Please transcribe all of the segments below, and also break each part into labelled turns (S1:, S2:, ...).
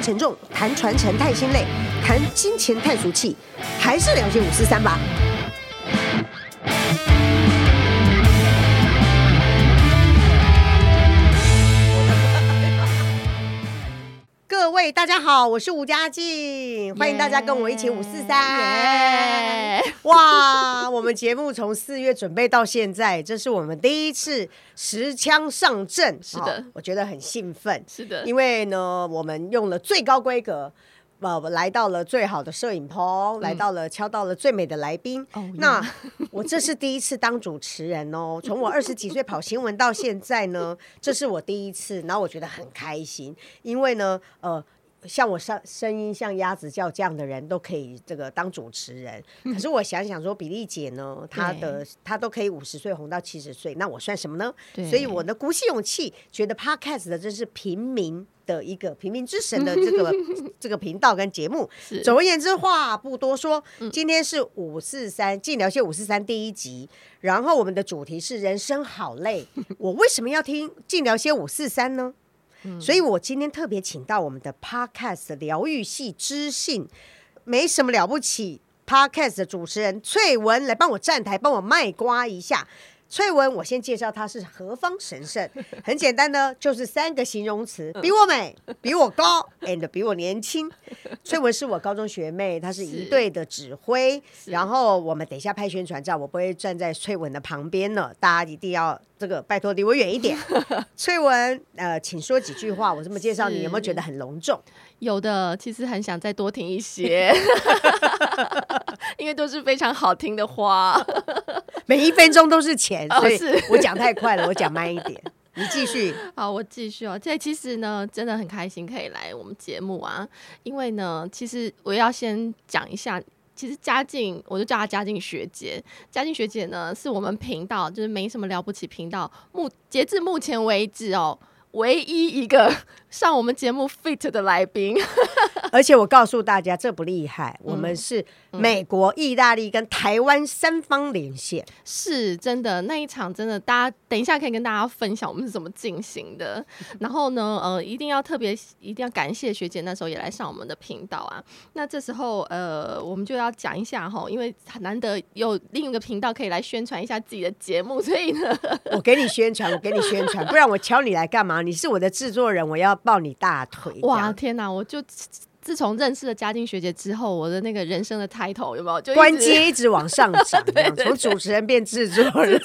S1: 沉重，谈传承太心累，谈金钱太俗气，还是聊些五四三吧。各位大家好，我是吴佳静，欢迎大家跟我一起五四三。
S2: 耶
S1: 哇，我们节目从四月准备到现在，这是我们第一次实枪上阵，是
S2: 的
S1: 我觉得很兴奋，
S2: 是的，
S1: 因为呢，我们用了最高规格。呃，来到了最好的摄影棚，来到了敲到了最美的来宾。
S2: 嗯哦耶
S1: 那我这是第一次当主持人哦，从我二十几岁跑新闻到现在呢，这是我第一次，然后我觉得很开心，因为呢，呃。像我声声音像鸭子叫这样的人都可以这个当主持人，
S2: 嗯
S1: 可是我想想说，比利姐呢，她的她都可以五十岁红到七十岁，那我算什么呢？
S2: 对
S1: 所以我呢鼓起勇气，觉得 Podcast 的这是平民的一个平民之神的这 个这个频道跟节目。
S2: 是嗯
S1: 总而言之，话不多说，今天是五四三尽聊些五四三第一集，然后我们的主题是人生好 累，我为什么要听尽聊些五四三呢？
S2: 嗯
S1: 所以我今天特别请到我们的 Podcast 疗愈系知性，没什么了不起。Podcast 的主持人翠文来帮我站台，帮我卖瓜一下。翠文，我先介绍她是何方神圣，很简单呢，就是三个形容词：比我美、比我高，and 比我年轻。翠文是我高中学妹，她是一
S2: 是
S1: 队的指挥。然后我们等一下拍宣传照，我不会站在翠文的旁边呢，大家一定要这个拜托离我远一点。翠文，呃，请说几句话。我这么介绍你，有没有觉得很隆重？
S2: 有的，其实很想再多听一 些，因为都是非常好听的话。
S1: 每一分钟都是钱，
S2: 哦
S1: 所以
S2: 是
S1: 我讲太快了，我讲慢一 点。你继续，
S2: 好，我继续哦。这其实呢，真的很开心可以来我们节目啊，因为呢，其实我要先讲一下。其实嘉靖，我就叫她嘉靖学姐。嘉靖学姐呢，是我们频道就是没什么了不起频道目截至目前为止哦，唯一一个 上我们节目 fit 的来宾。
S1: 而且我告诉大家，这不厉害，
S2: 嗯
S1: 我们是美国、意大利跟台湾三方连 线。
S2: 是真的，那一场真的，大家等一下可以跟大家分享我们是怎么进行的。然后呢，呃，一定要特别，一定要感谢学姐那时候也来上我们的频道啊。那这时候，呃，我们就要讲一下哈，因为难得有另一个频道可以来宣传一下自己的节目，所以呢，
S1: 我给你宣传，我给你宣传，不然我敲你来干嘛？你是我的制作人，我要抱你大腿。
S2: 哇，
S1: 哇，
S2: 天哪！我就自从认识了嘉靖学姐之后，我的那个人生的 title 有没有就一直
S1: 关节一直往上 涨，这样从主持人变制作人，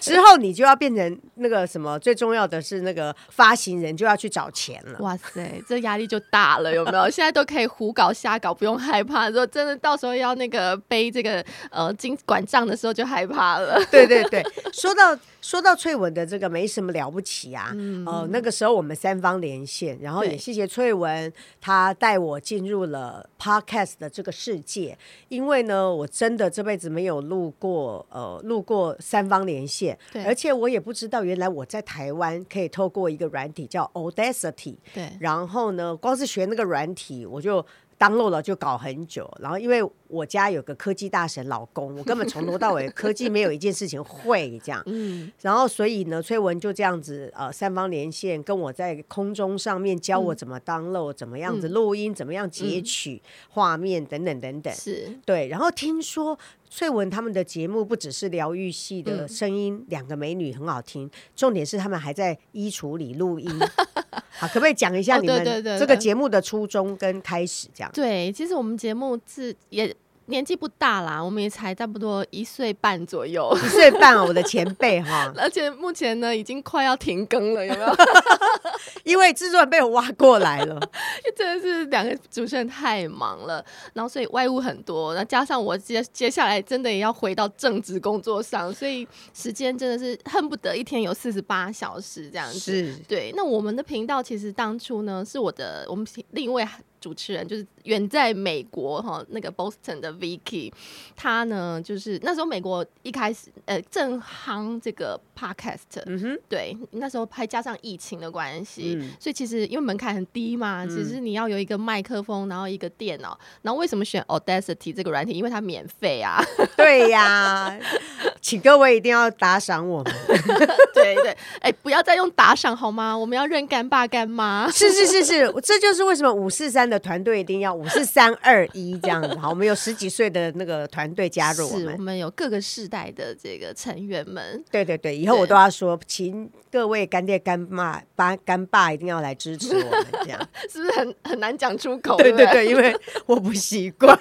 S1: 之后你就要变成那个什么，最重要的是那个发行人就要去找钱了。
S2: 哇塞，这压力就大了，有没有？现在都可以胡搞瞎搞，不用害怕。说真的，到时候要那个背这个呃经管账的时候就害怕 了。
S1: 对对对，说到说到翠文的这个没什么了不起啊，
S2: 嗯
S1: 呃，
S2: 哦
S1: 那个时候我们三方连线，然后也
S2: 对
S1: 谢谢翠文，她带我进入了 podcast 的这个世界，因为呢，我真的这辈子没有录过呃录过三方连线，
S2: 对
S1: 而且我也不知道原来我在台湾可以透过一个软体叫 Audacity，
S2: 对，
S1: 然后呢，光是学那个软体，我就当漏了，就搞很久。然后因为我家有个科技大神老公，我根本从头到尾科技没有一件事情会这样。
S2: 嗯，
S1: 然后所以呢，崔文就这样子呃三方连线，跟我在空中上面教
S2: 嗯
S1: 我怎么当漏、怎么样子录音、怎么样截取画面等等等等。
S2: 是
S1: 对，然后听说翠文他们的节目不只是疗愈系
S2: 嗯
S1: 的声音，两个美女很好听，重点是他们还在衣橱里录 音。好，可不可以讲一下
S2: 哦
S1: 你
S2: 对
S1: 们
S2: 对对
S1: 这个
S2: 对
S1: 节目的初衷跟开始？这样
S2: 对。其实我们节目是也年纪不大啦，我们也才差不多一岁半左右。，
S1: 一岁半啊，我的前辈哈
S2: 而且目前呢，已经快要停更了，有没有？
S1: 因为制作人被我挖过来 了，
S2: 真的是两个主持人太忙了，然后所以外务很多，那加上我接接下来真的也要回到正职工作上，所以时间真的是恨不得一天有四十八小时这样子。
S1: 是
S2: 对，那我们的频道其实当初呢，是我的我们另一位主持人，就是远在美国哈那个 Boston 的 Vicky，他呢就是那时候美国一开始呃正夯这个 podcast，、
S1: 嗯哼，
S2: 对，那时候还加上疫情的关系，
S1: 嗯
S2: 所以其实因为门槛很低嘛，其实你要有一个麦克风，然后一个电脑，然后为什么选 Audacity 这个软体？因为它免费啊，
S1: 对呀，请各位一定要打赏我们。
S2: 对对，哎，不要再用打赏好吗？我们要认干爸干妈。
S1: 是是是是，这就是为什么五四三的团队一定要五四三二一这样子。好，我们有十几岁的那个团队 加入我
S2: 是我
S1: 们。
S2: 们有各个世代的这个成员们，
S1: 对对对，以后我都要说，请各位干爹干妈、爸干爸一定要来支持我们这样。
S2: 是不是很很难讲出口？
S1: 对
S2: 不
S1: 对对，因为我不习惯。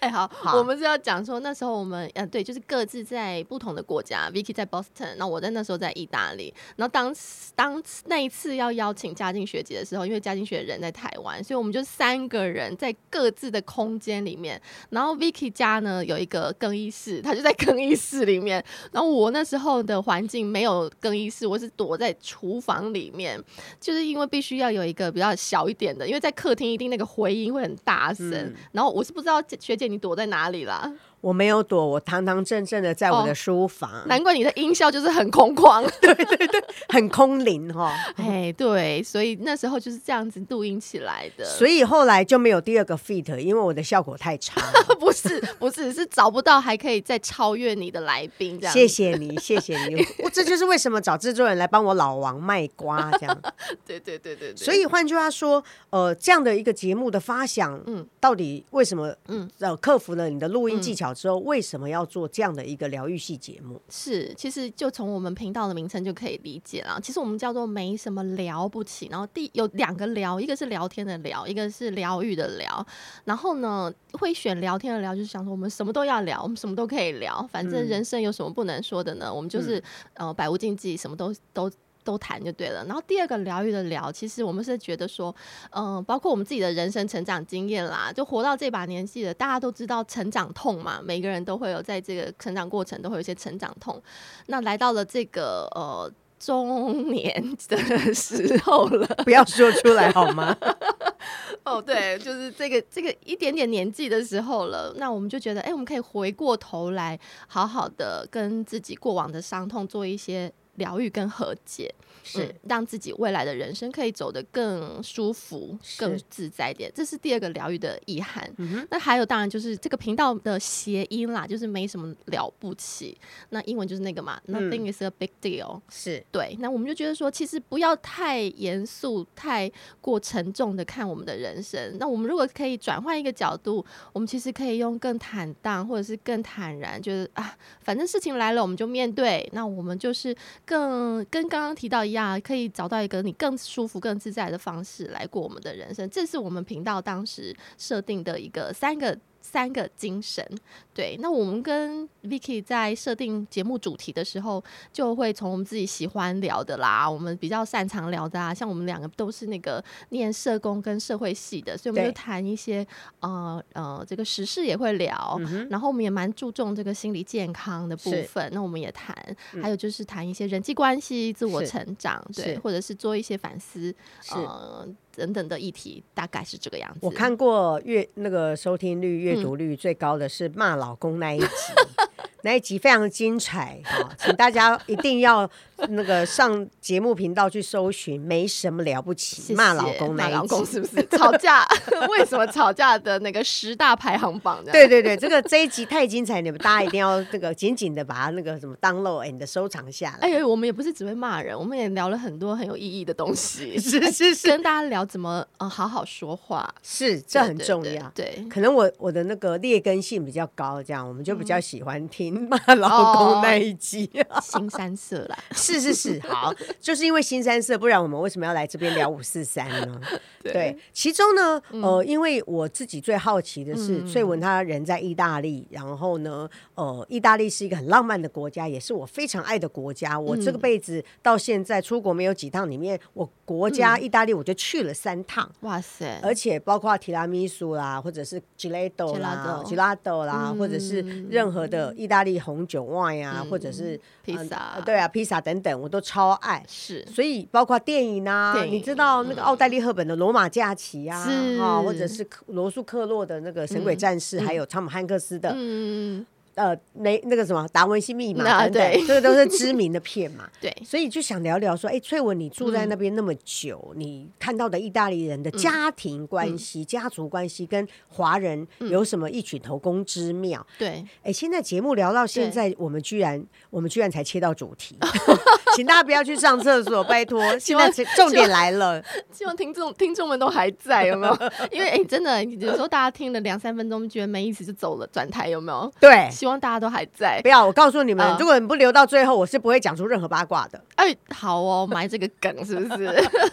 S2: 哎、好，
S1: 好
S2: 我们是要讲说那时候我们呃，对，就是各自在不同的国家，Vicky 在 Boston，那我在那时候在意大利。然后当时当时那一次要邀请嘉靖学姐的时候，因为嘉靖学姐人在台湾，所以我们就三个人在各自的空间里面。然后 Vicky 家呢有一个更衣室，她就在更衣室里面。然后我那时候的环境没有更衣室，我是躲在厨房里面，就是因为必须要有一个比较小一点的，因为在客厅一定那个回音会很大声。
S1: 嗯
S2: 然后我是不知道姐学姐你躲在哪里啦，
S1: 我没有躲，我堂堂正正的在我
S2: 哦
S1: 的书房，
S2: 难怪你的音效就是很空旷。
S1: 很空灵哈、
S2: 哎，对，所以那时候就是这样子录音起来的。
S1: 所以后来就没有第二个 feat，因为我的效果太差了。
S2: 不是不是是找不到还可以再超越你的来宾这样。
S1: 谢谢你，谢谢你， 我这就是为什么找制作人来帮我老王卖瓜这样。
S2: 对对对对对。
S1: 所以换句话说，呃，这样的一个节目的发想，
S2: 嗯
S1: 嗯，到底为什么，
S2: 嗯
S1: 嗯，呃，克服了你的录音技巧之后，为什么要做这样的一个疗愈系节目？
S2: 是，其实就从我们频道的名称就可以理解啦。其实我们叫做没什么了不起，然后第有两个聊，一个是聊天的聊，一个是疗愈的聊。然后呢，会选聊天的聊，就是想说我们什么都要聊，我们什么都可以聊，反正
S1: 嗯
S2: 人生有什么不能说的呢？我们就是、呃百无禁忌，什么都都。都谈就对了。然后第二个疗愈的聊，其实我们是觉得说，嗯、包括我们自己的人生成长经验啦，就活到这把年纪了，大家都知道成长痛嘛，每个人都会有在这个成长过程都会有一些成长痛。那来到了这个呃。中年 的时候了，
S1: 不要说出来好吗？
S2: 哦，对，就是这个这个一点点年纪的时候了，那我们就觉得，哎，我们可以回过头来，好好的跟自己过往的伤痛做一些疗愈跟和解。
S1: 是
S2: 嗯，让自己未来的人生可以走得更舒服、
S1: 是
S2: 更自在一点，这是第二个疗愈的意涵。
S1: 嗯哼
S2: 那还有，当然就是这个频道的谐音啦，就是没什么了不起。那英文就是那个嘛、
S1: 嗯
S2: n o t h i n g is a big deal。
S1: 是
S2: 对，那我们就觉得说，其实不要太严肃、太过沉重的看我们的人生。那我们如果可以转换一个角度，我们其实可以用更坦荡，或者是更坦然，就是啊，反正事情来了我们就面对。那我们就是更跟刚刚提到一样，可以找到一个你更舒服、更自在的方式来过我们的人生。这是我们频道当时设定的一个三个。三个精神，对。那我们跟 Vicky 在设定节目主题的时候，就会从我们自己喜欢聊的啦，我们比较擅长聊的啊，像我们两个都是那个念社工跟社会系的，所以我们
S1: 对
S2: 就谈一些呃呃这个时事也会聊，
S1: 嗯哼
S2: 然后我们也蛮注重这个心理健康的部
S1: 是
S2: 分，那我们也谈，
S1: 嗯
S2: 还有就是谈一些人际关系、自我
S1: 是
S2: 成长，对，
S1: 是
S2: 或者是做一些反思，
S1: 是。
S2: 呃等等的议题，大概是这个样子。
S1: 我看过阅那个收听率、阅读率最高的是骂老公那一 集，那一集非常精彩啊、请大家一定要那个上节目频道去搜寻，没什么了不起，
S2: 谢谢
S1: 骂老公那
S2: 骂
S1: 一
S2: 老
S1: 集。
S2: 公是不是吵架？为什么吵架的那个十大排行榜这样？
S1: 对对对，这个这一集太精彩，你们大家一定要那个紧紧的把它那个什么 download 哎你的收藏下 来。
S2: 哎呦，我们也不是只会骂人，我们也聊了很多很有意义的东 西，
S1: 是是是
S2: 跟大家聊怎么呃好好说话，
S1: 是，这很重
S2: 对
S1: 要。
S2: 对对
S1: 可能我我的那个劣根性比较高，这样我们就比
S2: 嗯
S1: 较喜欢听骂老
S2: 哦
S1: 公那一集。
S2: 对，新三色啦，
S1: 是是是，好，就是因为新三色，不然我们为什么要来这边聊五四三呢？ 对，其中呢，呃，因为我自己最好奇的是，
S2: 嗯
S1: 翠文他人在意大利，然后呢，呃，意大利是一个很浪漫的国家，也是我非常爱的国家。我这个辈子到现在出国没有几趟，里面我国家意大利我就去了三趟。
S2: 哇塞，
S1: 而且包括提拉米苏啦，或者是 gelato 啦、
S2: gelato
S1: gelato 啦，
S2: 嗯
S1: 或者是任何的意大利红酒 wine 啊，或者是
S2: 披
S1: 嗯
S2: 萨
S1: 呃对啊，披萨等等，我都超爱。
S2: 是
S1: 所以包括电影啊，
S2: 电影
S1: 你知道那个奥黛丽·赫本的《罗马假期》啊，
S2: 是
S1: 啊，或者是克罗素·克洛的那个《神鬼战士》，还有汤姆·汉克斯的，
S2: 嗯，
S1: 呃，那那个什么达文西密码
S2: 啊
S1: 等等，
S2: 对
S1: 这个都是知名的片嘛。
S2: 对，
S1: 所以就想聊聊说，哎、翠文，你住
S2: 嗯
S1: 在那边那么久，你看到的意大利人的家庭
S2: 嗯
S1: 关系、家族关系跟华人有什么异曲同工之妙？
S2: 对，
S1: 哎、现在节目聊到现在，我们居然我们居然才切到主题， 请大家不要去上厕所，拜托。
S2: 希
S1: 现
S2: 望
S1: 在重点来了，
S2: 希望听众听众们都还在，有 没有？因为哎、真的，有时候大家听了两三分钟觉得没意思就走了，转台有没有？
S1: 对，
S2: 希望大家都还在
S1: 不。要我告诉你们，
S2: 嗯
S1: 如果你不留到最后，我是不会讲出任何八卦的。
S2: 哎、好哦，埋这个梗是不是？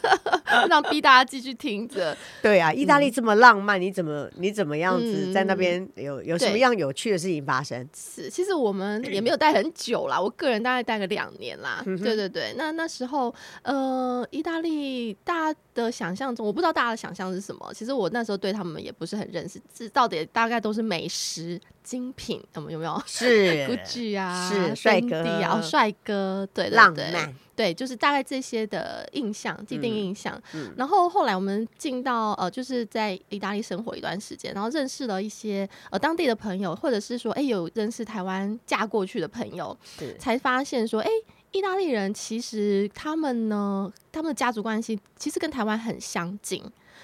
S2: 让逼大家继续听着。
S1: 对啊，意大利这么浪漫，你怎么你怎么样子在那
S2: 嗯
S1: 边有有什
S2: 对
S1: 么样有趣的事情发生？
S2: 是，其实我们也没有待很久啦，我个人大概待个两年啦。
S1: 嗯哼
S2: 对对对，那那时候，呃，意大利大家的想象中，我不知道大家的想象是什么。其实我那时候对他们也不是很认识，知道的也大概都是美食精品，有没有有没有？
S1: 是
S2: Gucci 啊，
S1: 是帅哥
S2: Fendi 啊，哦帅哥，对，对
S1: 浪
S2: 对
S1: 漫，
S2: 对，就是大概这些的印象，既定
S1: 嗯
S2: 印象。
S1: 嗯
S2: 然后后来我们进到呃，就是在意大利生活一段时间，然后认识了一些呃当地的朋友，或者是说，哎，有认识台湾嫁过去的朋友，
S1: 是
S2: 才发现说，哎，意大利人其实他们呢，他们的家族关系其实跟台湾很相近，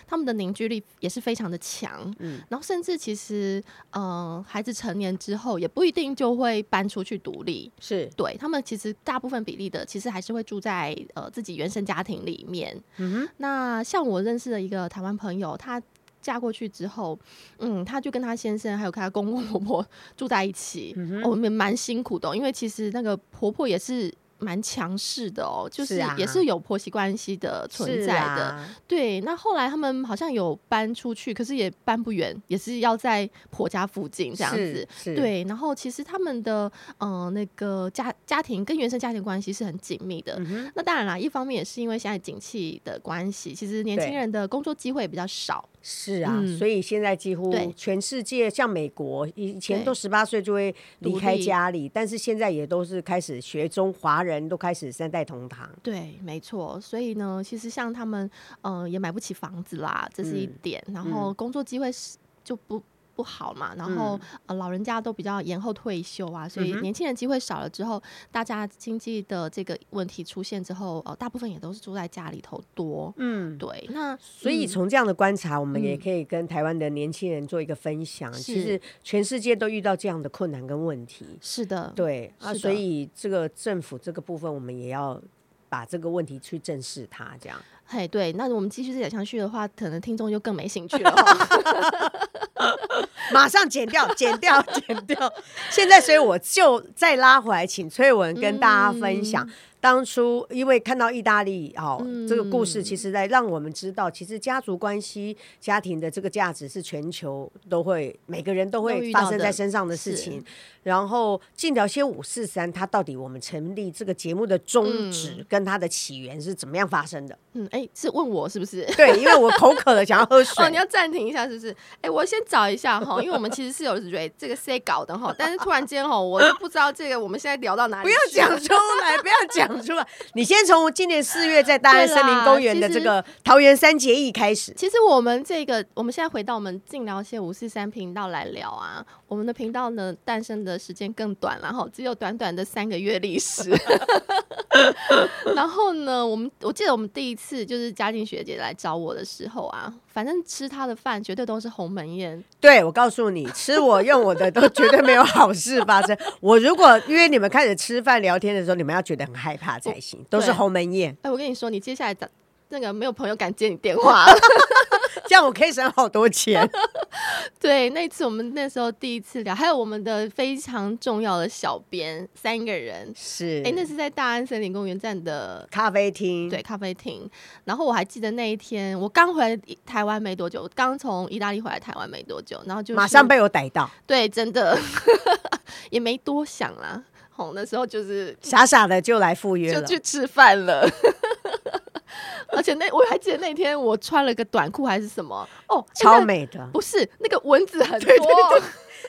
S2: 他们的凝聚力也是非常的强。
S1: 嗯
S2: 然后甚至其实，嗯、孩子成年之后也不一定就会搬出去独立，
S1: 是，
S2: 对他们其实大部分比例的，其实还是会住在呃自己原生家庭里面。
S1: 嗯哼，
S2: 那像我认识的一个台湾朋友，她嫁过去之后，嗯，她就跟她先生还有跟她公公婆婆 住在一起，
S1: 嗯
S2: 哦我们也蛮辛苦的哦、因为其实那个婆婆也是。蛮强势的哦，就是
S1: 啊
S2: 也是有婆媳关系的存在的，
S1: 啊、
S2: 对，那后来他们好像有搬出去，可是也搬不远，也是要在婆家附近这样子。
S1: 是，是，
S2: 对，然后其实他们的嗯、呃那个家家庭跟原生家庭关系是很紧密的。
S1: 嗯哼，
S2: 那当然啦，一方面也是因为现在景气的关系，其实年轻
S1: 对
S2: 人的工作机会比较少。
S1: 是啊，
S2: 嗯
S1: 所以现在几乎
S2: 对
S1: 全世界，像美国以前
S2: 对
S1: 都十八岁就会离
S2: 独
S1: 开
S2: 立
S1: 家里，但是现在也都是开始学中华人都开始三代同堂，
S2: 对，没错。所以呢，其实像他们，嗯、也买不起房子啦，这是一
S1: 嗯
S2: 点。然后
S1: 嗯
S2: 工作机会是就不不好嘛，然后、呃老人家都比较延后退休啊，所以
S1: 嗯哼
S2: 年轻人机会少了之后，大家经济的这个问题出现之后，呃，大部分也都是住在家里头多。
S1: 嗯。
S2: 对，那
S1: 所以
S2: 嗯
S1: 从这样的观察，我们也
S2: 嗯
S1: 可以跟台湾的年轻人做一个分享。
S2: 是
S1: 其实全世界都遇到这样的困难跟问题，
S2: 是的，
S1: 对啊，
S2: 嗯是的
S1: 所以这个政府这个部分，我们也要把这个问题去正视它。这样，
S2: 嘿，对，那我们继续再讲下去的话，可能听众就更没兴趣了哦。
S1: 马上剪掉，剪掉， 剪掉。现在，所以我就再拉回来，请翠文跟大家分享。当初因为看到意大利哦、
S2: 嗯
S1: 这个故事，其实在让我们知道，其实家族关系、家庭的这个价值是全球都会每个人都
S2: 都
S1: 会
S2: 遇到
S1: 发生
S2: 的
S1: 在身上的事
S2: 是
S1: 情。然后进条些五四三，它到底我们成立这个节目的宗旨跟它的起源是怎么样发生的？
S2: 嗯，哎、是问我是不是？
S1: 对，因为我口渴了，想要喝水。
S2: 哦，你要暂停一下，是不是？哎、我先找一下哈，因为我们其实是有蕊这个 C 稿的哈，但是突然间哈，我就不知道这个我们现在聊到哪
S1: 不
S2: 里。
S1: 要讲，出来，不要讲出来。你先从今年四月在大安森林公园的这个桃园三结义开始。
S2: 其实我们这个，我们现在回到我们静聊些五四三频道来聊啊，我们的频道呢诞生的时间更短了哈，只有短短的三个月历史。然后呢，我们我记得我们第一次就是嘉靖学姐来找我的时候啊，反正吃她的饭绝对都是鸿门宴，
S1: 对，我告诉你，吃我用我的都绝对没有好事发生。我如果约你们开始吃饭聊天的时候，你们要觉得很害怕才行，都是鸿门宴，
S2: 哎、我跟你说，你接下来打那个没有朋友敢接你电话了。
S1: 这样我可以省好多 钱。
S2: 对，那次我们那时候第一次聊，还有我们的非常重要的小编，三个人。
S1: 是，
S2: 哎、那是在大安森林公园站的
S1: 咖啡厅，
S2: 对咖啡厅，然后我还记得那一天，我刚回来台湾没多久，我刚从意大利回来台湾没多久，然后就是
S1: 马上被我逮到，
S2: 对，真的 也没多想啦。哦，那时候就是
S1: 傻傻的就来赴约
S2: 就
S1: 了。
S2: 去吃饭了。 而且那我还记得那天我穿了个短裤还是什么哦，哎
S1: 超
S2: 那
S1: 美的，
S2: 不是那个蚊子很多，
S1: 对对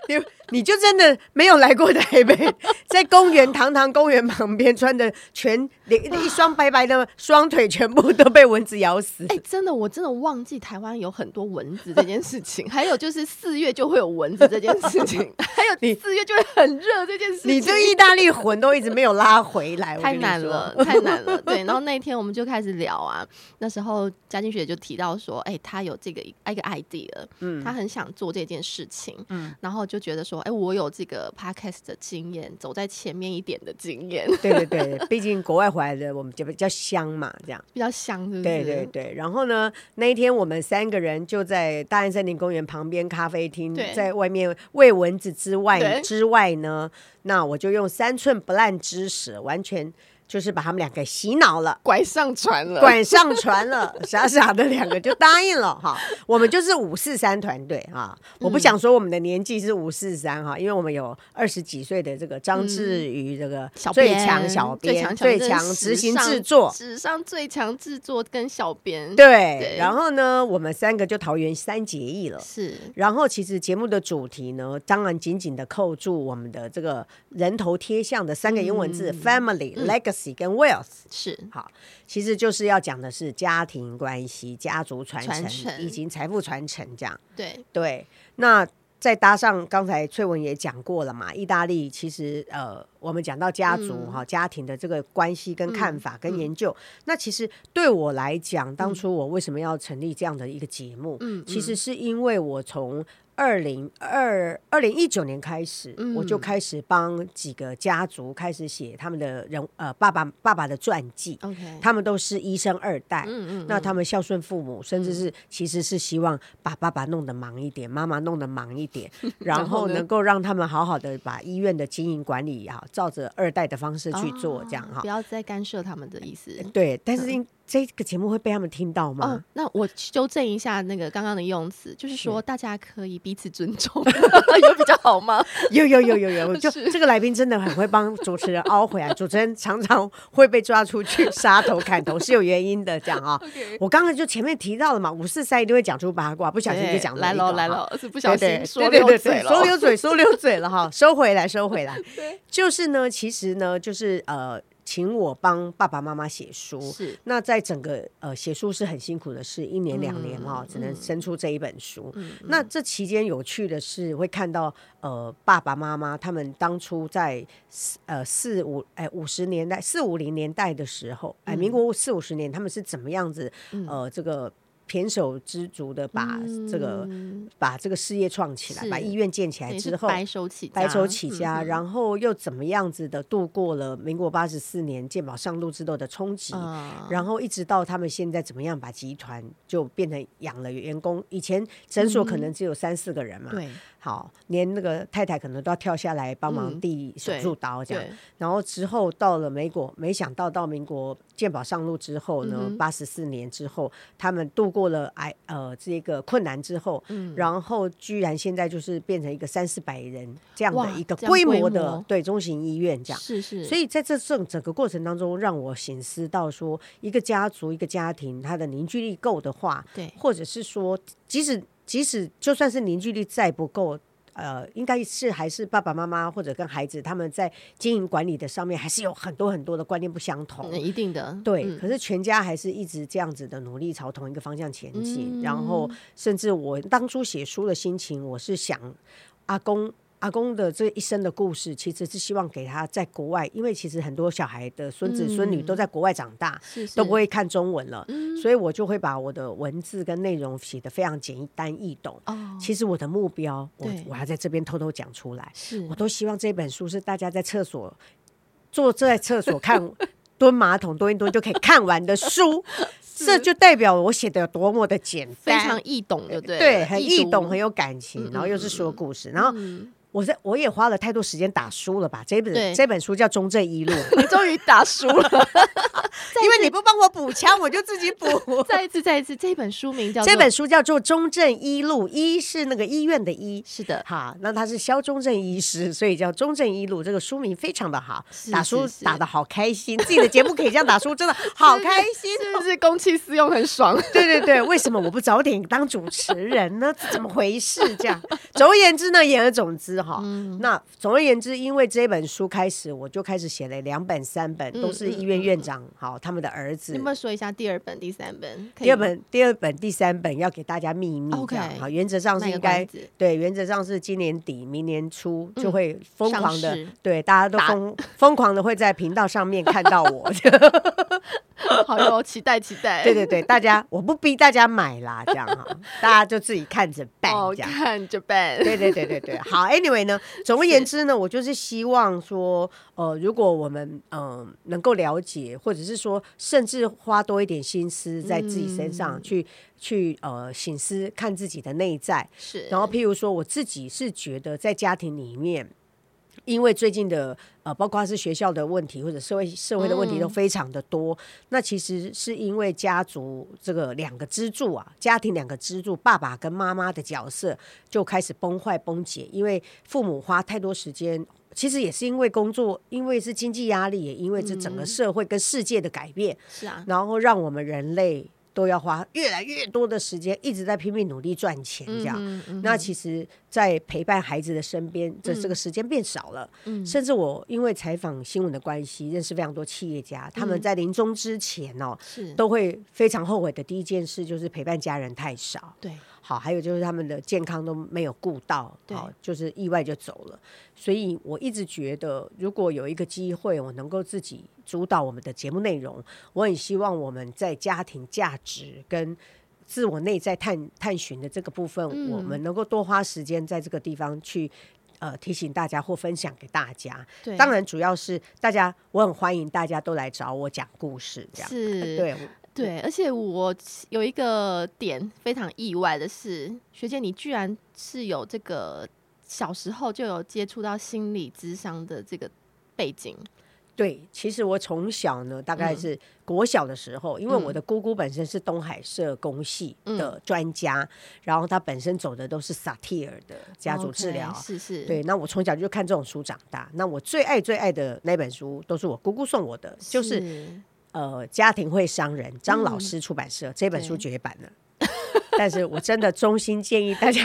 S1: 你你就真的没有来过台北，在公园堂堂公园旁边，穿的全连一双白白的双腿全部都被蚊子咬死。
S2: 哎、真的，我真的忘记台湾有很多蚊子这件事情，还有就是四月就会有蚊子这件事 情，还
S1: 你
S2: 有四月就会很热这件事情。
S1: 你这意大利魂都一直没有拉回来，哎我
S2: 太
S1: 跟你
S2: 难
S1: 说
S2: 了，太 难了。对，然后那天我们就开始聊啊，那时候嘉靖学姐就提到说，哎、她有这个一个 idea，
S1: 嗯
S2: 她很想做这件事情，
S1: 嗯
S2: 然后就觉得说，哎、我有这个 podcast 的经验，走在前面一点的经验
S1: 对对对，毕竟国外回来的我们就比较香嘛，这样。
S2: 比较香，是不是？
S1: 对对对，然后呢，那一天我们三个人就在大安森林公园旁边咖啡厅
S2: 对，
S1: 在外面喂蚊子之外
S2: 对
S1: 之外呢，那我就用三寸不烂之舌，完全就是把他们两个洗脑了。
S2: 拐上船 了，
S1: 管上船了， 傻傻的两个就答应了哈。我们就是五四三团队哈，我不想说我们的年纪是五四三哈，因为我们有二十几岁的这个张志宇这个
S2: 嗯小
S1: 最
S2: 编
S1: 强小
S2: 最
S1: 编、
S2: 强
S1: 最
S2: 小
S1: 强
S2: 编真的是
S1: 执行
S2: 史上
S1: 制作，
S2: 史上最强制作跟小编，
S1: 对
S2: 对。
S1: 然后呢，我们三个就桃园三结义了。
S2: 是
S1: 然后，其实节目的主题呢，当然紧紧的扣住我们的这个人头贴像的三个英文
S2: 嗯
S1: 字、family、legacy 跟 wealth。
S2: 是
S1: 好，其实就是要讲的是家庭关系、家族传承
S2: 传承
S1: 以及财富传承这样。
S2: 对，
S1: 对，那再搭上刚才翠文也讲过了嘛，意大利其实呃，我们讲到家族
S2: 嗯
S1: 哈、家庭的这个关系跟看法跟研究，那其实对我来讲，当初我为什么要成立这样的一个节目，
S2: 嗯，
S1: 其
S2: 嗯
S1: 实是因为我从二零二二零一九年开始，我就
S2: 嗯
S1: 开始帮几个家族开始写他们的人呃爸爸爸爸的传记，
S2: 嗯 OK，
S1: 他们都是医生二代。
S2: 嗯嗯，
S1: 那
S2: 嗯
S1: 他们孝顺父母，甚至是其实是希望把爸爸弄得忙一点，妈妈弄得忙一 点，然
S2: 然
S1: 后
S2: 后呢
S1: 能够让他们好好的把医院的经营管理啊，照着二代的方式去做，这样
S2: 哦
S1: 哈哎
S2: 不。要再干涉他们的意思。
S1: 对，但是因这个节目会被他们听到
S2: 哦
S1: 吗？，
S2: 那我纠正一下那个刚刚的用词，就是说大家可以彼此尊 重，有比较好吗？
S1: 有有有有 有，就是这个来宾真的很会帮主持人凹回来，主持人常常会被抓出去杀头砍头是有原因的，这样 啊。我刚刚就前面提到了嘛，五四三一定会讲出八卦，不小心就
S2: 对
S1: 讲
S2: 来
S1: 喽
S2: 喽来喽，是不
S1: 不
S2: 小心说
S1: 对
S2: 溜
S1: 对
S2: 嘴
S1: 对，说
S2: 了。
S1: 溜 嘴，说溜嘴了哈，收回来，收回来
S2: 对。
S1: 就是呢，其实呢，就是呃，请我帮爸爸妈妈写书。
S2: 是
S1: 那在整个呃写书是很辛苦的事，一年两
S2: 嗯
S1: 年哈、只能生出这一本书。那这期间有趣的是，会看到呃爸爸妈妈他们当初在四呃四五哎五十年代四五零年代的时候，哎、民
S2: 嗯
S1: 国四五十年他们是怎么样子、呃这个胼手知足的把
S2: 嗯
S1: 这个、把这个事业创起来，
S2: 是
S1: 把医院建起来
S2: 也
S1: 之
S2: 是
S1: 后，
S2: 白手起
S1: 白
S2: 家
S1: 手起家，
S2: 嗯
S1: 然后又怎么样子的度过了民国八十四年健保上路之后的冲击，
S2: 嗯
S1: 然后一直到他们现在怎么样把集团就变成养了员工，以前诊所可能只有三四个人嘛，
S2: 嗯对
S1: 好，连那个太太可能都要跳下来帮忙
S2: 嗯
S1: 递手术刀这样。
S2: 对，
S1: 然后之后到了美国，没想到到民国健保上路之后呢
S2: 嗯，哼
S1: 八十四年之后，他们度过了癌呃这个困难之后，
S2: 嗯
S1: 然后居然现在就是变成一个三四百人这样的
S2: 哇
S1: 一个
S2: 这样规
S1: 规模
S2: 模
S1: 的对中型医院这样。
S2: 是是，
S1: 所
S2: 以
S1: 以在这整整个过程当中，让我醒思到说，一个家族、一个家庭，它的凝聚力够的话，
S2: 对
S1: 或者是说，即使即使就算是凝聚力再不够，呃，应该是还是爸爸妈妈或者跟孩子他们在经营管理的上面，还是有很多很多的观念不相同。
S2: 嗯一定的
S1: 对，
S2: 嗯
S1: 可是全家还是一直这样子的努力朝同一个方向前进。然后，
S2: 嗯
S1: 甚至我当初写书的心情，我是想阿公。阿公的这一生的故事，其实是希望给他在国外，因为其实很多小孩的孙子孙女
S2: 嗯
S1: 都在国外长大，
S2: 是是嗯
S1: 都不会看中文了，所以我就会把我的文字跟内容写得非常简单易懂。
S2: 哦，
S1: 其实我的目标，我
S2: 对
S1: 我要在这边偷偷讲出来，
S2: 是
S1: 我都希望这本书是大家在厕所坐在厕所看蹲马桶蹲一蹲就可以看完的 书，这就代表我写的有多么的简
S2: 非
S1: 单，
S2: 常易懂，对不对？
S1: 对，很易懂，
S2: 读
S1: 很有感情，然后又是说故事，然后
S2: 嗯，
S1: 我在我也花了太多时间打书了吧？这本
S2: 对
S1: 这本书叫《中正一路》。
S2: 你终于打输了， 再一
S1: 因为
S2: 次
S1: 你不帮我 补枪，我就自己补。
S2: 再一次再一次，这本书名叫做
S1: 这本书叫做《中正医路》，医是那个医院的医。
S2: 是的，
S1: 好，那他是肖中正医师，所以叫中正一路。这个书名非常的好，
S2: 是
S1: 打
S2: 是
S1: 书
S2: 是
S1: 打的好开心，自己的节目可以这样打书，真的好
S2: 是
S1: 开心。
S2: 是不是公器私用很爽？
S1: 对对对，为什么我不早点当主持人呢？这怎么回事？这样，总而言之呢，言而总之哈，
S2: 嗯
S1: 那总而言之，因为这本书开始，我就开始写了两本、三本，
S2: 嗯
S1: 都是医院院长好他们的儿子
S2: 你有。没有说一下第二本、第三本？可以
S1: 第二本、第二本、第三本要给大家秘密
S2: OK
S1: 这样好，原则上是
S2: 卖个
S1: 应该
S2: 关子
S1: 对，原则上是今年底、明年初就会疯
S2: 嗯上
S1: 狂的
S2: 市，
S1: 对，大家都
S2: 打
S1: 疯疯狂的会在频道上面看到 我，
S2: 好 哟，期待期待。
S1: 对对对，大家我不逼大家买啦，这样哈，大家就自己看着办
S2: 哦，
S1: 这样。
S2: 看着办。
S1: 对对对对对，好，anyway 呢，总而言之呢，我就是希望说，呃，如果我们嗯、呃能够了解，或者是说，甚至花多一点心思在自己身
S2: 嗯
S1: 上去、去呃醒思，看自己的内在，
S2: 是，
S1: 然后，譬如说，我自己是觉得在家庭里面，因为最近的呃，包括是学校的问题或者社会社会的问题都
S2: 嗯
S1: 非常的多。那其实是因为家族这个两个支柱啊，家庭两个支柱，爸爸跟妈妈的角色就开始崩坏崩解，因为父母花太多时间。其实也是因为工作，因为是经济压力，也因为这
S2: 嗯
S1: 整个社会跟世界的改变，
S2: 是啊，
S1: 然后让我们人类都要花越来越多的时间，一直在拼命努力赚钱，这样。
S2: 嗯嗯
S1: 那其实，在陪伴孩子的身边，这这个时间变少了。
S2: 嗯
S1: 甚至我因为采访新闻的关系，认识非常多企业家，他
S2: 嗯
S1: 们在临终之前哦，
S2: 是
S1: 都会非常后悔的第一件事就是陪伴家人太少。
S2: 对，
S1: 好，还有就是他们的健康都没有顾到，
S2: 对
S1: 好，就是意外就走了。所以我一直觉得，如果有一个机会，我能够自己主导我们的节目内容，我很希望我们在家庭价值跟自我内在探探寻的这个部分，
S2: 嗯
S1: 我们能够多花时间在这个地方去。呃，提醒大家或分享给大家，
S2: 对，
S1: 当然主要是大家，我很欢迎大家都来找我讲故事，这样
S2: 是，
S1: 对，
S2: 对，而且我有一个点非常意外的是，学姐你居然是有这个小时候就有接触到心理智商的这个背景，
S1: 对，其实我从小呢，大概
S2: 嗯
S1: 是国小的时候，因为我的姑姑本身是东海社工系
S2: 嗯
S1: 的专家，然后她本身走的都是萨提尔的家族治
S2: 哦 OK，
S1: 疗。
S2: 是是，
S1: 对，那我从小就看这种书长大。那我最爱最爱的那本书都是我姑姑送我的，
S2: 是，
S1: 就是呃《家庭会伤人》，张老
S2: 嗯
S1: 师出版社、这本书
S2: 对
S1: 绝版了。 但是我真的衷心建议大家，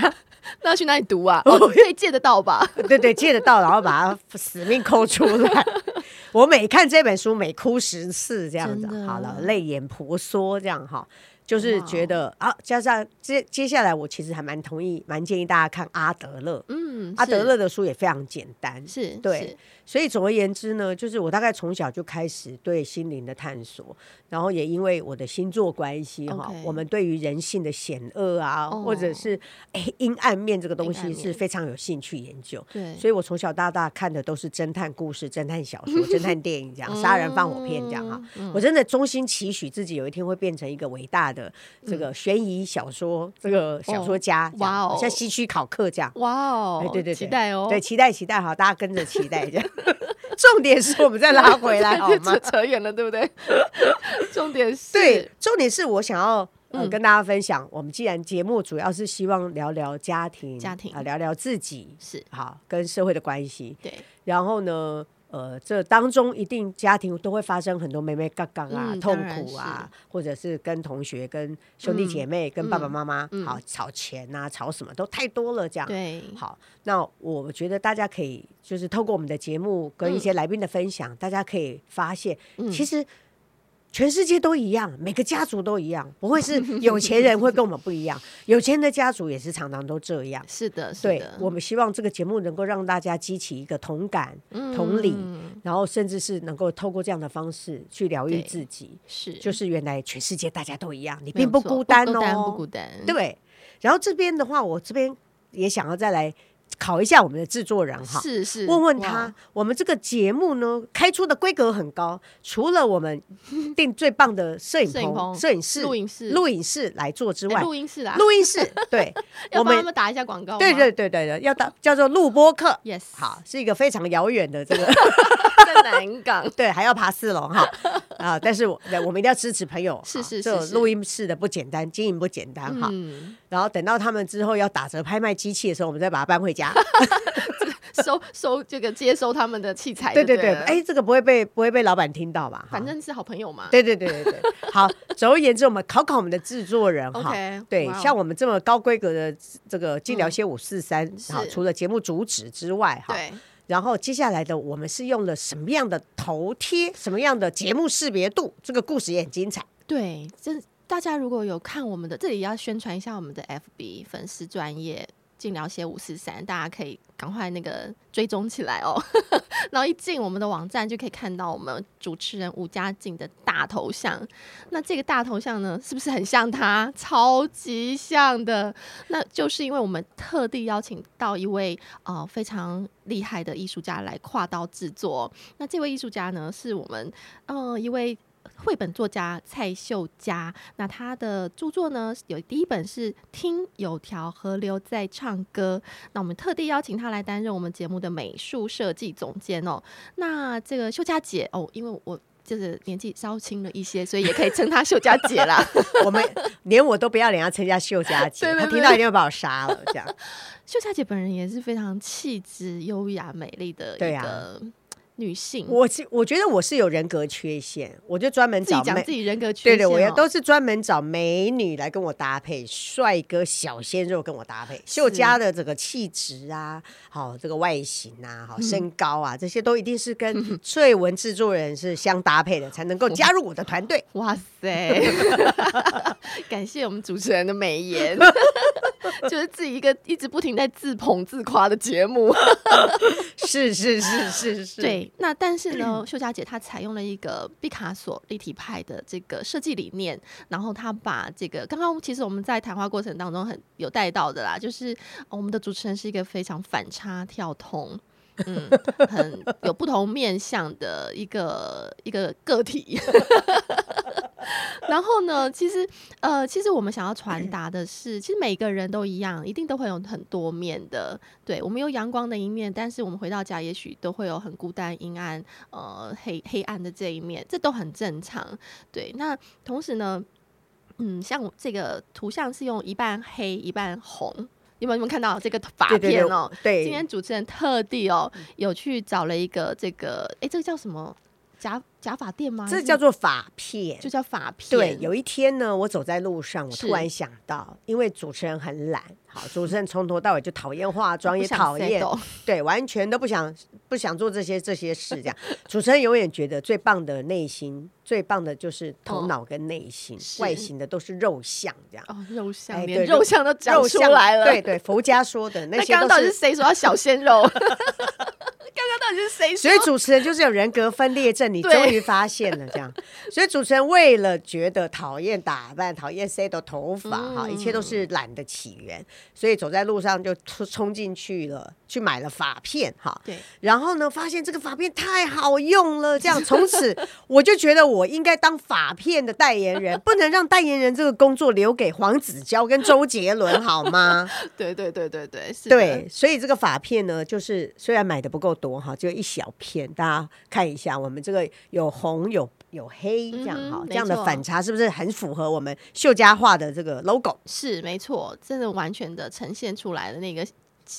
S2: 那要去哪里读 啊？哦，可以借得到吧？
S1: 对对，借得到，然后把它死命抠出来。 我每看这本书，每哭十次这样子
S2: 真，的哦
S1: 好了，泪眼婆娑这样哈，就是觉得啊，加上接接下来，我其实还蛮同意，蛮建议大家看阿德勒。
S2: 嗯，
S1: 阿德
S2: 是
S1: 勒的书也非常简单，
S2: 是，
S1: 对
S2: 是，
S1: 所以总而言之呢，就是我大概从小就开始对心灵的探索，然后也因为我的星座关系哈
S2: OK
S1: 我们对于人性的险恶啊，
S2: 哦
S1: 或者是哎阴暗面这个东
S2: 阴暗
S1: 西是
S2: 面
S1: 非常有兴趣研究。
S2: 对，
S1: 所以我从小到大看的都是侦探故事、侦探小说、侦探电影这样，杀人放火片这
S2: 哦
S1: 样啊。
S2: 嗯
S1: 我真的衷心期许自己有一天会变成一个伟大的这个悬疑小说、这个小说家这样，
S2: 哇嗯哦
S1: 像希区考克这样。
S2: 哇
S1: 哎
S2: 哦，
S1: 对对对
S2: 期待哦，
S1: 对，期待期待哈，大家跟着期待这样。 重点是我们再拉回 来好吗
S2: 扯？扯远了，对不对？ 重点是，
S1: 对，重点是我想要。
S2: 嗯
S1: 呃，跟大家分享，我们既然节目主要是希望聊聊家庭，
S2: 家庭
S1: 啊，聊聊自己，
S2: 是，
S1: 好跟社会的关系，
S2: 对，
S1: 然后呢，呃，这当中一定家庭都会发生很多妹妹杠杠啊、
S2: 嗯
S1: 痛
S2: 当然
S1: 苦啊，或者是跟同学、跟兄弟姐
S2: 嗯
S1: 妹、跟爸爸妈妈、好吵钱啊、吵什么都太多了，这样。
S2: 对，
S1: 好，那我觉得大家可以就是透过我们的节目跟一些
S2: 嗯
S1: 来宾的分享，大家可以发现，其实全世界都一样，每个家族都一样，不会 是有钱人会跟我们不一样，有钱人的家族也是常常都这样。
S2: 是的，是
S1: 对
S2: 的，，
S1: 我们希望这个节目能够让大家激起一个同感、同理，
S2: 嗯
S1: 然后甚至是能够透过这样的方式去疗愈
S2: 对
S1: 自己。
S2: 是，
S1: 就是原来全世界大家都一样，你
S2: 没有
S1: 并不
S2: 错
S1: 孤单
S2: 不孤单，不
S1: 哦
S2: 孤。单，
S1: 对，然后这边的话，我这边也想要再来考一下我们的制作人哈，
S2: 是是，
S1: 问问
S2: 哇
S1: 他，我们这个节目呢开出的规格很高，除了我 们定最棒的摄影
S2: 摄影
S1: 棚、
S2: 棚
S1: 摄影室、
S2: 录影室
S1: 录影室来做之
S2: 哎
S1: 外，
S2: 录音室啦，
S1: 录音室对，
S2: 要
S1: 我
S2: 帮他
S1: 们
S2: 们打一下广告吗，
S1: 对对对对对，要到叫做录播课，
S2: ，yes，
S1: 好，，是一个非常遥远的这个，
S2: 在南 港
S1: 对，还要爬四楼哈啊！但是我对我们一定要支持朋友，
S2: 是
S1: 啊
S2: 是
S1: 这
S2: 是是
S1: 录音室的不简单，经营不简单哈。
S2: 嗯，
S1: 然后等到他们之后要打折拍卖机器的时候，我们再把它搬回家。
S2: 收收这个接收他们的器材，
S1: 对
S2: 对
S1: 对对，
S2: 了，
S1: 哎，这个不会被不会被老板听到吧？哈
S2: 反正是好朋友嘛，
S1: 对对对对对，好。总而言之，我们考考我们的制作人哈。
S2: ，OK，
S1: 对，
S2: 哇哦嗯
S1: 像我们这么高规格的这个静聊些五四三，好，
S2: 是
S1: 除了节目主旨之外哈，
S2: 对，
S1: 然后接下来的我们是用了什么样的头贴，什么样的节目识别度，这个故事也很精彩。
S2: 对，这大家如果有看我们的，这里要宣传一下我们的 FB 粉丝专业。尽聊些五四三，大家可以赶快那个追踪起来哦。 然后一进我们的网站就可以看到我们主持人吴家靖的大头像。那这个大头像呢，是不是很像他？超级像的。那就是因为我们特地邀请到一位呃非常厉害的艺术家来跨刀制作。那这位艺术家呢，是我们呃一位绘本作家蔡秀佳，那她的著作呢，有第一本是《听有条河流在唱歌》，那我们特地邀请她来担任我们节目的美术设计总监哦。那这个秀佳姐哦，因为我就是年纪稍轻了一些，所以也可以称她秀佳 姐啦。
S1: 我们连我都不要脸要参加秀佳节，
S2: 对对
S1: 他
S2: 对
S1: 听到一定会把我杀了。这样，
S2: 秀佳姐本人也是非常气质优雅美丽的一
S1: 对啊
S2: 个女性，
S1: 我是我觉得我是有人格缺陷，我就专门
S2: 自己
S1: 找
S2: 讲
S1: 妹
S2: 自。己人格缺
S1: 对
S2: 陷、哦，
S1: 对，我也都是专门找美女来跟我搭配，帅哥小鲜肉跟我搭配。秀佳的这个气质啊，好这个外形啊，
S2: 嗯
S1: 好身高啊，这些都一定是跟翠文制作人是相搭配的，才能够加入我的团 队。
S2: 哇塞！感谢我们主持人的美言，就是自己一个一直不停在自捧自夸的节目。
S1: 是是是是是，，
S2: 对，那但是呢，秀佳姐她采用了一个毕卡索立体派的这个设计理念，然后她把这个刚刚其实我们在谈话过程当中很有带到的啦，就是、呃我们的主持人是一个非常反差跳通。嗯，很有不同面向的一个一个个体。 然后呢，其实呃，其实我们想要传达的是，其实每个人都一样，一定都会有很多面的。对我们有阳光的一面，但是我们回到家，也许都会有很孤单、阴暗、呃黑黑暗的这一面，这都很正常。对，那同时呢，嗯，像我这个图像是用一半黑一半红，你们有没有看到这个发
S1: 对对
S2: 片
S1: 对
S2: 哦？
S1: 对，嗯
S2: 今天主持人特地哦，有去找了一个这个，哎，这个叫什么假假发店吗？还
S1: 这
S2: 是
S1: 叫做法片
S2: 就。叫发片。
S1: 对，有一天呢，我走在路上，我
S2: 是
S1: 突然想到，因为主持人很懒， 好，主持人从头到尾就讨厌化妆，也
S2: 不想
S1: 讨厌
S2: settle
S1: 对，完全都不想不想做这些这些事，这样主持人永远觉得最棒的内心，最棒的就是头
S2: 嗯
S1: 脑跟内心，
S2: 是
S1: 外形的都是肉像这样。
S2: 哦，肉像，
S1: 哎
S2: 连
S1: 对
S2: 肉像都讲
S1: 肉
S2: 出
S1: 像
S2: 来了。
S1: 对对，佛家说的那
S2: 那
S1: 些
S2: 刚刚
S1: 都
S2: 到底是
S1: 是。
S2: 谁说要小鲜 肉？刚刚到底是 谁说
S1: 所以？主持人就是有人格分裂症，你
S2: 对
S1: 终于发现了这样。所以主持人为了觉得讨厌打扮、讨厌 set 的头发哈，一切都是懒的起源，所以走在路上就冲冲进去了，去买了发片哈。
S2: 对，
S1: 然后呢，发现这个发片太好用了，这样从此我就觉得我应该当发片的代言人，不能让代言人这个工作留给黄子佼跟周杰伦好吗？
S2: 对对对对对，是的
S1: 对，，所以这个发片呢，就是虽然买的不够多哈，就一小片，大家看一下，我们这个有红有有黑这样
S2: 嗯
S1: 哈
S2: 哼，
S1: 这样的
S2: 没错
S1: 反差是不是很符合我们秀家化的这个 logo？
S2: 是没错，真的完全的呈现出来的那个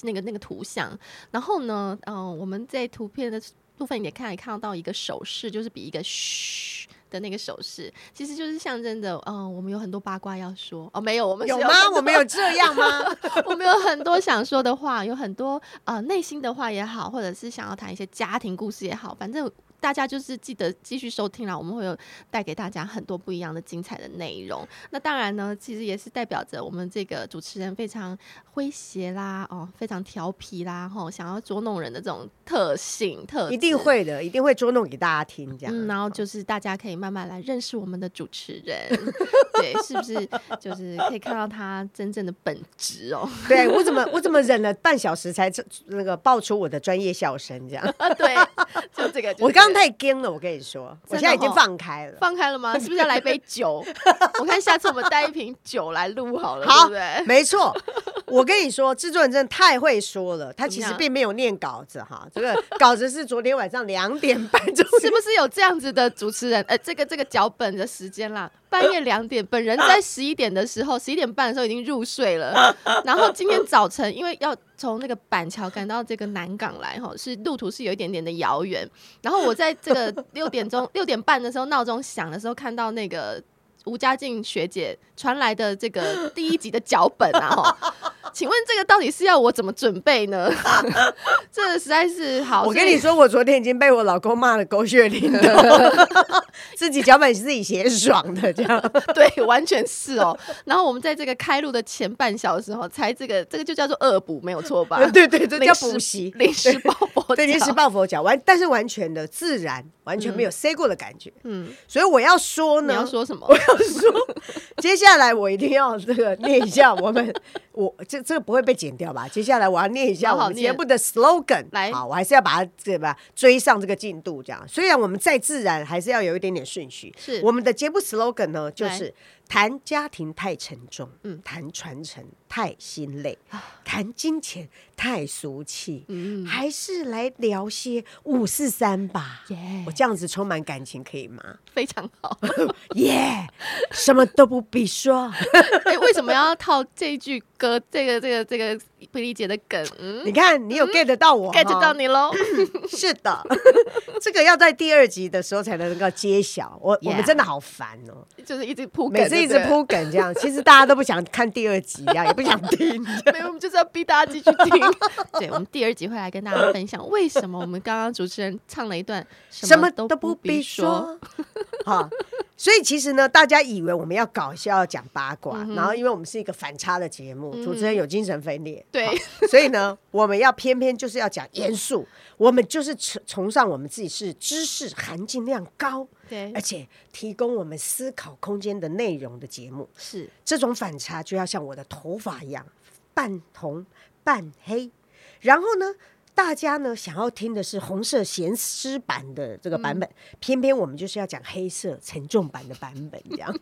S2: 那个那个图像。然后呢，嗯、我们在图片的部分也看也看到一个手势，就是比一个嘘。的那个手势，其实就是象征着，嗯、我们有很多八卦要说哦，没有，我们是
S1: 有
S2: 有很
S1: 吗？
S2: 多
S1: 我们有这样吗？
S2: 我们有很多想说的话，有很多呃内心的话也好，或者是想要谈一些家庭故事也好，反正大家就是记得继续收听啦，我们会有带给大家很多不一样的精彩的内容。那当然呢，其实也是代表着我们这个主持人非常诙谐啦，哦，非常调皮啦，吼，想要捉弄人的这种特性特质嗯
S1: 一定。会的，一定会捉弄给大家听这样。哦
S2: 嗯，然后就是大家可以慢慢来认识我们的主持 人，对，是不是就是可以看到他真正的本质哦？
S1: 对我怎么我怎么忍了半小时才这那个爆出我的专业笑声这样？
S2: 啊， 对，就这个。就
S1: 我
S2: 这
S1: 刚刚
S2: 个
S1: 太惊了，我跟你说，我
S2: 真
S1: 现
S2: 的
S1: 在已经
S2: 哦
S1: 放开了。
S2: 放开了吗？是不是要来杯 酒？我看下次我们带一瓶酒来录好了，
S1: 好
S2: 对不对？
S1: 没错，我跟你说，制作人真的太会说了，他其
S2: 怎么
S1: 实
S2: 样
S1: 并没有念稿子哈，这个稿子是昨天晚上两点半就是
S2: 不是有这样子的主持人？呃，这个这个脚本的时间啦，半夜两点，本人在十一点的时候，十一点半的时候已经入睡了。然后今天早晨，因为要从那个板桥赶到这个南港来，哈，是路途是有一点点的遥远。然后我在这 个六点钟、六点半的时候闹钟响的时候，看到那个吴佳静学姐传来的这个第一集的脚本啊，哈。 请问这个到底是要我怎么准备呢？ 这实在是好，
S1: 我跟
S2: 所以
S1: 你说，我昨天已经被我老公骂的狗血淋 头， 自己脚本是自己写爽的，这样
S2: 对，完全是哦。然后我们在这个开录的前半小时哈，才这个这个就叫做恶补，没有错吧？
S1: 对对对，
S2: 临
S1: 叫
S2: 时
S1: 补习，
S2: 临时抱佛
S1: 对临时
S2: 脚
S1: 抱佛脚，完但是完全的自然，完全没有塞过的感觉。
S2: 嗯，
S1: 所以我要说
S2: 你要
S1: 呢，
S2: 说什么？
S1: 接下来我一定要这个念一下我们，我 这这个不会被剪掉吧？接下来我要念一下
S2: 好好
S1: 我们节
S2: 念
S1: 目的 slogan，
S2: 来
S1: 好，我还是要把它这把它追上这个进度，这样。虽然我们再自然，还是要有一点点顺序。
S2: 是
S1: 我们的节目 slogan 呢，就
S2: 来
S1: 是谈家庭太沉重，
S2: 嗯啊
S1: 嗯，谈传承太心累，谈金钱太俗气，
S2: 嗯，
S1: 还是来聊些五四三吧。
S2: 耶
S1: 我这样子充满感情可以吗？
S2: 嗯 非常好。
S1: 耶、什么都不必说。
S2: 哎，为什么要套这一句歌？这个这个这个不理解的梗，嗯
S1: 你看，你有 get 得到我
S2: ，get
S1: 哈
S2: 到你 喽。
S1: 是的，这个要在第二集的时候才能够揭晓。我我
S2: Yeah
S1: 们真的好烦哦，
S2: 就是一直铺梗，
S1: 每次一直。铺梗 这样，其实大家都不想看第二集啊，也不想听。
S2: 没有，我们就是要逼大家继续听。 对，我们第二集会来跟大家分享为什么我们刚刚主持人唱了一段
S1: 什么
S2: 都
S1: 都不必
S2: 必说，
S1: 说。 哈，所以其实呢，大家以为我们要搞笑、要讲八卦，
S2: 嗯
S1: 然后因为我们是一个反差的节目，主持人有精神分裂，
S2: 对
S1: 好，所以呢，我们要偏偏就是要讲严肃，我们就是崇崇尚我们自己是知识含金量高，
S2: 对
S1: 而，且提供我们思考空间的内容的节目。
S2: 是
S1: 这种反差就要像我的头发一样，半红半黑。然后呢，大家呢想要听的是红色咸湿版的这个版本，偏偏我们就是要讲黑色沉重版的版本，这样。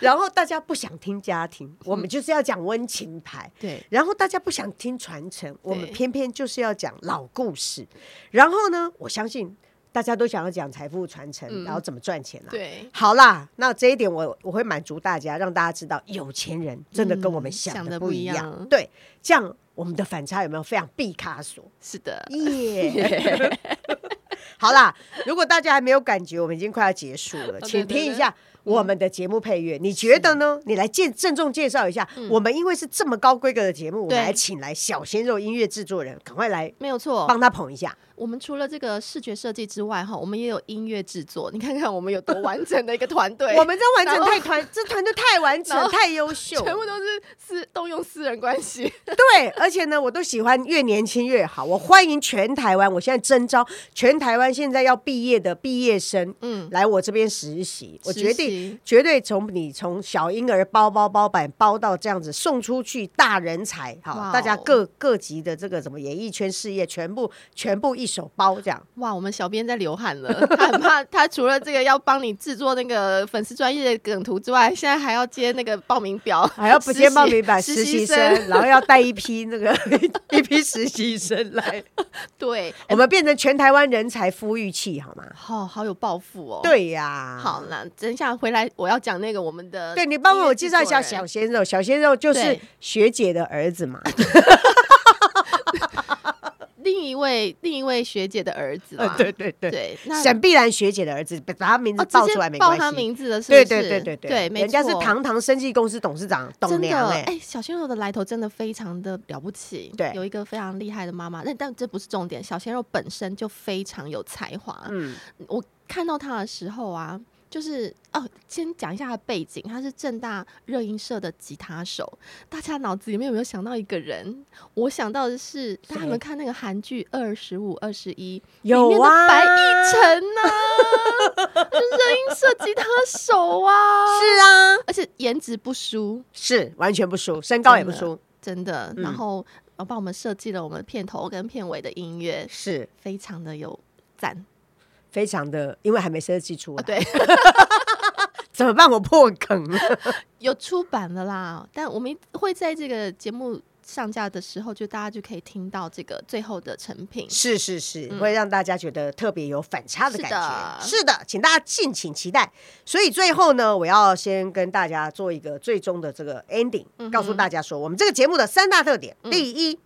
S1: 然后大家不想听家庭，我们就是要讲温情牌。
S2: 对，
S1: 然后大家不想听传承，我们偏偏就是要讲老故事。然后呢，我相信大家都想要讲财富传承，然后怎么赚钱啊？
S2: 嗯对，
S1: 好啦，那这一点我我会满足大家，让大家知道有钱人真的跟我们
S2: 嗯
S1: 想
S2: 想
S1: 的
S2: 得
S1: 不
S2: 不
S1: 一
S2: 一
S1: 样。
S2: 样
S1: 对，这样我们的反差有没有非常毕卡索？
S2: 是的，
S1: 耶、 好啦，如果大家还没有感觉，我们已经快要结束了，
S2: 哦对
S1: 请
S2: 对嗯
S1: 听一
S2: 对
S1: 下我们的节目配乐。你觉得呢？你来介郑重介绍一下，我们因为是这么高规格的节目，我
S2: 嗯对
S1: 们还请来小鲜肉音乐制作人，赶快来
S2: 没有错。
S1: 帮他捧一下。
S2: 我们除了这个视觉设计之外，哈，我们也有音乐制作。你看看我们有多完整的一个团队，
S1: 我们这完
S2: 然
S1: 整
S2: 后
S1: 太团，这团队太完
S2: 然
S1: 整，
S2: 后
S1: 太优秀，
S2: 全部都是私动用私人关系。
S1: 对，而且呢，我都喜欢越年轻越好。我欢迎全台湾，我现在征招全台湾现在要毕业的毕业生，嗯，
S2: 嗯
S1: 来我这边实习。我
S2: 实
S1: 决定
S2: 习，
S1: 绝对从你从小婴儿包包包板包到这样子送出去大人才，
S2: 哇
S1: 好，
S2: 哦
S1: 大家各各级的这个什么演艺圈事业，全部全部一手包这 样。
S2: 哇，我们小编在流汗了， 他很怕他除了这个要帮你制作那个粉丝专业的梗图之外，现在还要接那个报名表，
S1: 还要哎不
S2: 实习
S1: 见报名版
S2: 实
S1: 实
S2: 习
S1: 习生， 然后要带一批那个 一批实习生来，
S2: 对，
S1: 我们变成全台湾人才孵育器，好吗？
S2: 好、好有抱负哦。，
S1: 对呀、
S2: 好，那等一下回来我要讲那个我们的，
S1: 对你帮我介绍一下小。鲜肉，小鲜肉就是
S2: 对
S1: 学姐的儿子嘛。
S2: 另一位另一位学姐的儿子
S1: 呃
S2: 嘛，，
S1: 对对对，
S2: 对，那
S1: 沈碧兰学姐的儿子，把他名字
S2: 哦，直
S1: 报
S2: 接
S1: 出来没
S2: 报
S1: 关系。
S2: 他名字的是不
S1: 对
S2: 是，
S1: 对对对
S2: 对，没
S1: 人家是
S2: 错
S1: 堂堂生技公司董事长董
S2: 真的
S1: 娘哎、
S2: 哎、小鲜肉的来头真的非常的了不起，
S1: 对
S2: 有一个非常厉害的妈妈。那但这不是重点，小鲜肉本身就非常有才华。
S1: 嗯，
S2: 我看到他的时候啊，就是哦，先讲一下他的背景，他是正大热音社的吉他手。大家脑子里面有没有想到一个人？我想到的是，大家有没有看那个韩剧《二十五二十一》里
S1: 有
S2: 面
S1: 啊，
S2: 的白亦辰呐、 啊，就热音社吉他手啊，
S1: 是啊，
S2: 而且颜值不输。
S1: 是完全不输，身高也不
S2: 真的
S1: 输，
S2: 真的。
S1: 嗯
S2: 然后呃帮我们设计了我们片头跟片尾的音乐，
S1: 是
S2: 非常的有赞
S1: 非常的，因为还没设计出
S2: 啊！
S1: 来，
S2: 对，
S1: 怎么办？我破梗了，
S2: 有出版了啦，但我们会在这个节目上架的时候，就大家就可以听到这个最后的成品。
S1: 是是是，
S2: 嗯
S1: 会让大家觉得特别有反差的感觉。
S2: 是
S1: 是的，请大家敬请期待。所以最后呢，我要先跟大家做一个最终的这个 ending，、
S2: 嗯哼嗯，
S1: 告诉大家说，我们这个节目的三大特点：第一，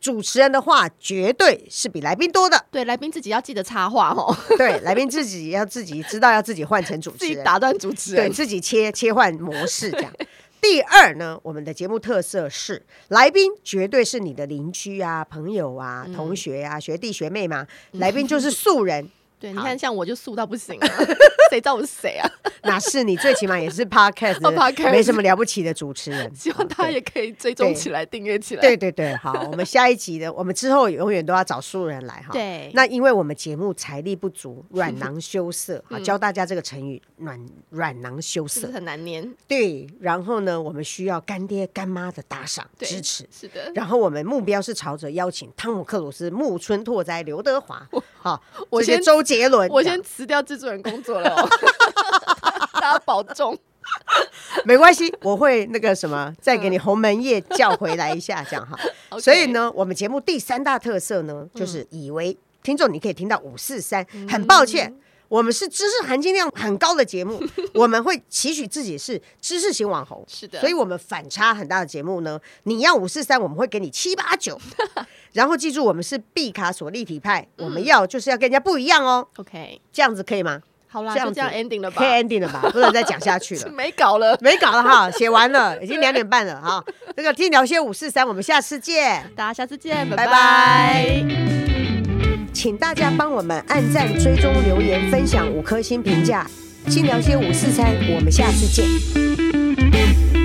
S1: 主持人的话绝对是比来宾多的
S2: 对，来宾自己要记得插话哦，
S1: 对，来宾自己要自己知道要自己换成主
S2: 自
S1: 持
S2: 己
S1: 人，
S2: 打断主持
S1: 对
S2: 人。
S1: 自己切切换模式 这样。第二呢，我们的节目特色是来宾绝对是你的邻居啊、朋友啊、
S2: 嗯
S1: 同学啊、学弟学妹嘛，来宾就是素 人，
S2: 对，你
S1: 好
S2: 看，像我就素到不 行啊，谁知道我是谁啊？
S1: 哪是你最起码也是 podcast
S2: 哦，podcast
S1: 的没什么了不起的主持人。 哦
S2: 希望大家也可以追踪起来、订阅起来。
S1: 对对对，好，我们下一集的，我们之后永远都要找素人来哈。
S2: 对
S1: 那因为我们节目财力不 足，软囊羞涩，
S2: 嗯
S1: 好教大家这个成语“软软囊羞
S2: 是不
S1: 涩
S2: 是”。很难念？
S1: 对，然后呢，我们需要干爹干妈的打赏
S2: 对
S1: 支持。
S2: 是的，
S1: 然后我们目标是朝着邀请汤姆克鲁斯、木村拓哉、刘德华，好，
S2: 我
S1: 这些
S2: 先
S1: 周杰伦，
S2: 我
S1: 这样
S2: 先辞掉制作人工作了哦， 大家保重。
S1: 没关系，我会那个什么，再给你鸿门宴叫回来一下，这样哈。
S2: 嗯 OK 嗯
S1: 所以呢，我们节目第三大特色呢，就是以为听众你可以听到五四三，很抱歉。我们是知识含金量很高的节 目，我们会期许自己是知识型网红，
S2: 是的
S1: 所以我们反差很大的节目呢，你要五四三，我们会给你七八 九，然后记住我们是毕卡索立体派，我
S2: 嗯
S1: 们要就是要跟人家不一样哦，
S2: OK，
S1: 这样子可以吗？
S2: 好啦，
S1: 这样
S2: 就这样
S1: 子
S2: ending 了吧
S1: 可以？ending 了吧？不能再讲下去了
S2: 是。没搞了，
S1: 没搞了哈，写完了，已经两点半了哈。这个听聊些五四三，我们下次见，
S2: 大家下次见，
S1: 拜
S2: 拜
S1: 拜
S2: 拜
S1: 请大家帮我们按赞、追踪、留言、分享五颗星评价。听聊些五四三，我们下次见。